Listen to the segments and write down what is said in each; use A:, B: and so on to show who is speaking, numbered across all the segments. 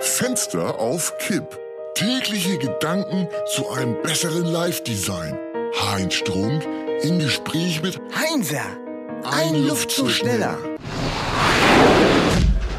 A: Fenster auf Kipp. Tägliche Gedanken zu einem besseren Live-Design. Heinz Strunk im Gespräch mit
B: Heinzer, ein, Luftzug schneller.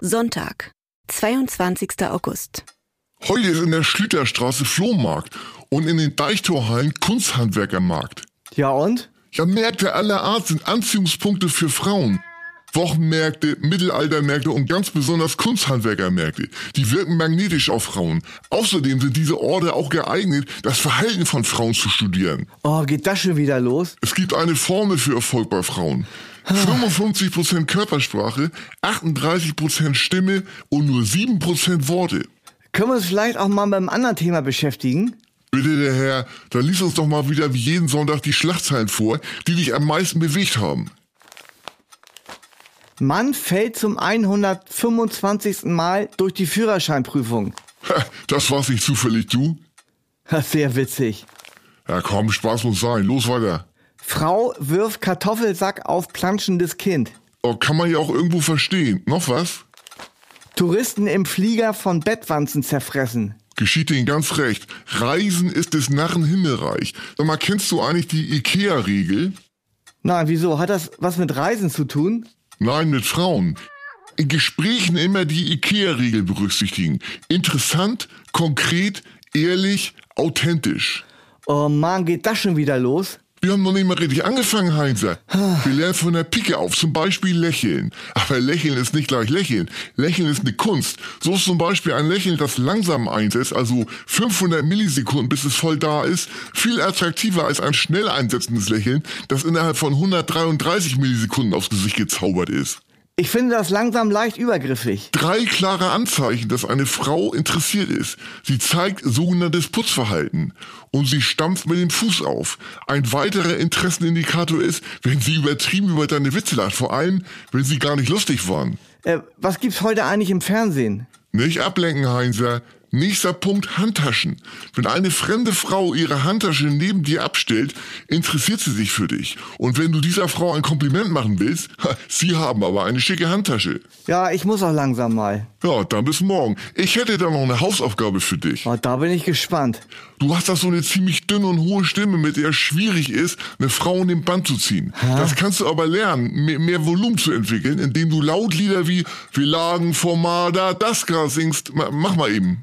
C: Sonntag, 22. August.
A: Heute ist in der Schlüterstraße Flohmarkt und in den Deichtorhallen Kunsthandwerkermarkt.
D: Ja und?
A: Ja, Märkte aller Art sind Anziehungspunkte für Frauen. Wochenmärkte, Mittelaltermärkte und ganz besonders Kunsthandwerkermärkte. Die wirken magnetisch auf Frauen. Außerdem sind diese Orte auch geeignet, das Verhalten von Frauen zu studieren.
D: Oh, geht das schon wieder los?
A: Es gibt eine Formel für Erfolg bei Frauen. 55% Körpersprache, 38% Stimme und nur 7% Worte.
D: Können wir uns vielleicht auch mal mit einem anderen Thema beschäftigen?
A: Bitte, der Herr, dann lies uns doch mal wieder wie jeden Sonntag die Schlagzeilen vor, die dich am meisten bewegt haben.
D: Mann fällt zum 125. Mal durch die Führerscheinprüfung.
A: Ha, Das war's nicht zufällig, du?
D: Das ist Sehr witzig.
A: Ja komm, Spaß muss sein, los weiter.
D: Frau wirft Kartoffelsack auf planschendes Kind.
A: Oh, kann man ja auch irgendwo verstehen. Noch was?
D: Touristen im Flieger von Bettwanzen zerfressen.
A: Geschieht denen ganz recht. Reisen ist des Narren Himmelreich. Sag mal, kennst du eigentlich die Ikea-Regel?
D: Na, wieso? Hat das was mit Reisen zu tun?
A: Nein, mit Frauen. In Gesprächen immer die Ikea-Regel berücksichtigen. Interessant, konkret, ehrlich, authentisch.
D: Oh Mann, geht das schon wieder los?
A: Wir haben noch nicht mal richtig angefangen, Heinzer. Wir lernen von der Pike auf, zum Beispiel lächeln. Aber lächeln ist nicht gleich lächeln. Lächeln ist eine Kunst. So ist zum Beispiel ein Lächeln, das langsam einsetzt, also 500 Millisekunden, bis es voll da ist, viel attraktiver als ein schnell einsetzendes Lächeln, das innerhalb von 133 Millisekunden aufs Gesicht gezaubert ist.
D: Ich finde das langsam leicht übergriffig.
A: Drei klare Anzeichen, dass eine Frau interessiert ist. Sie zeigt sogenanntes Putzverhalten und sie stampft mit dem Fuß auf. Ein weiterer Interessenindikator ist, wenn sie übertrieben über deine Witze lacht, vor allem, wenn sie gar nicht lustig waren.
D: Äh, was gibt's heute eigentlich im Fernsehen?
A: Nicht ablenken, Heinzer. Nächster Punkt, Handtaschen. Wenn eine fremde Frau ihre Handtasche neben dir abstellt, interessiert sie sich für dich. Und wenn du dieser Frau ein Kompliment machen willst, sie haben aber eine schicke Handtasche.
D: Ja, ich muss auch langsam mal.
A: Ja, dann bis morgen. Ich hätte da noch eine Hausaufgabe für dich.
D: Oh, da bin ich gespannt.
A: Du hast doch so eine ziemlich dünne und hohe Stimme, mit der es schwierig ist, eine Frau in den Band zu ziehen. Das kannst du aber lernen, mehr, mehr Volumen zu entwickeln, indem du laut Lieder wie Wir lagen vor Marder, das Gras singst. Ma- Mach mal eben.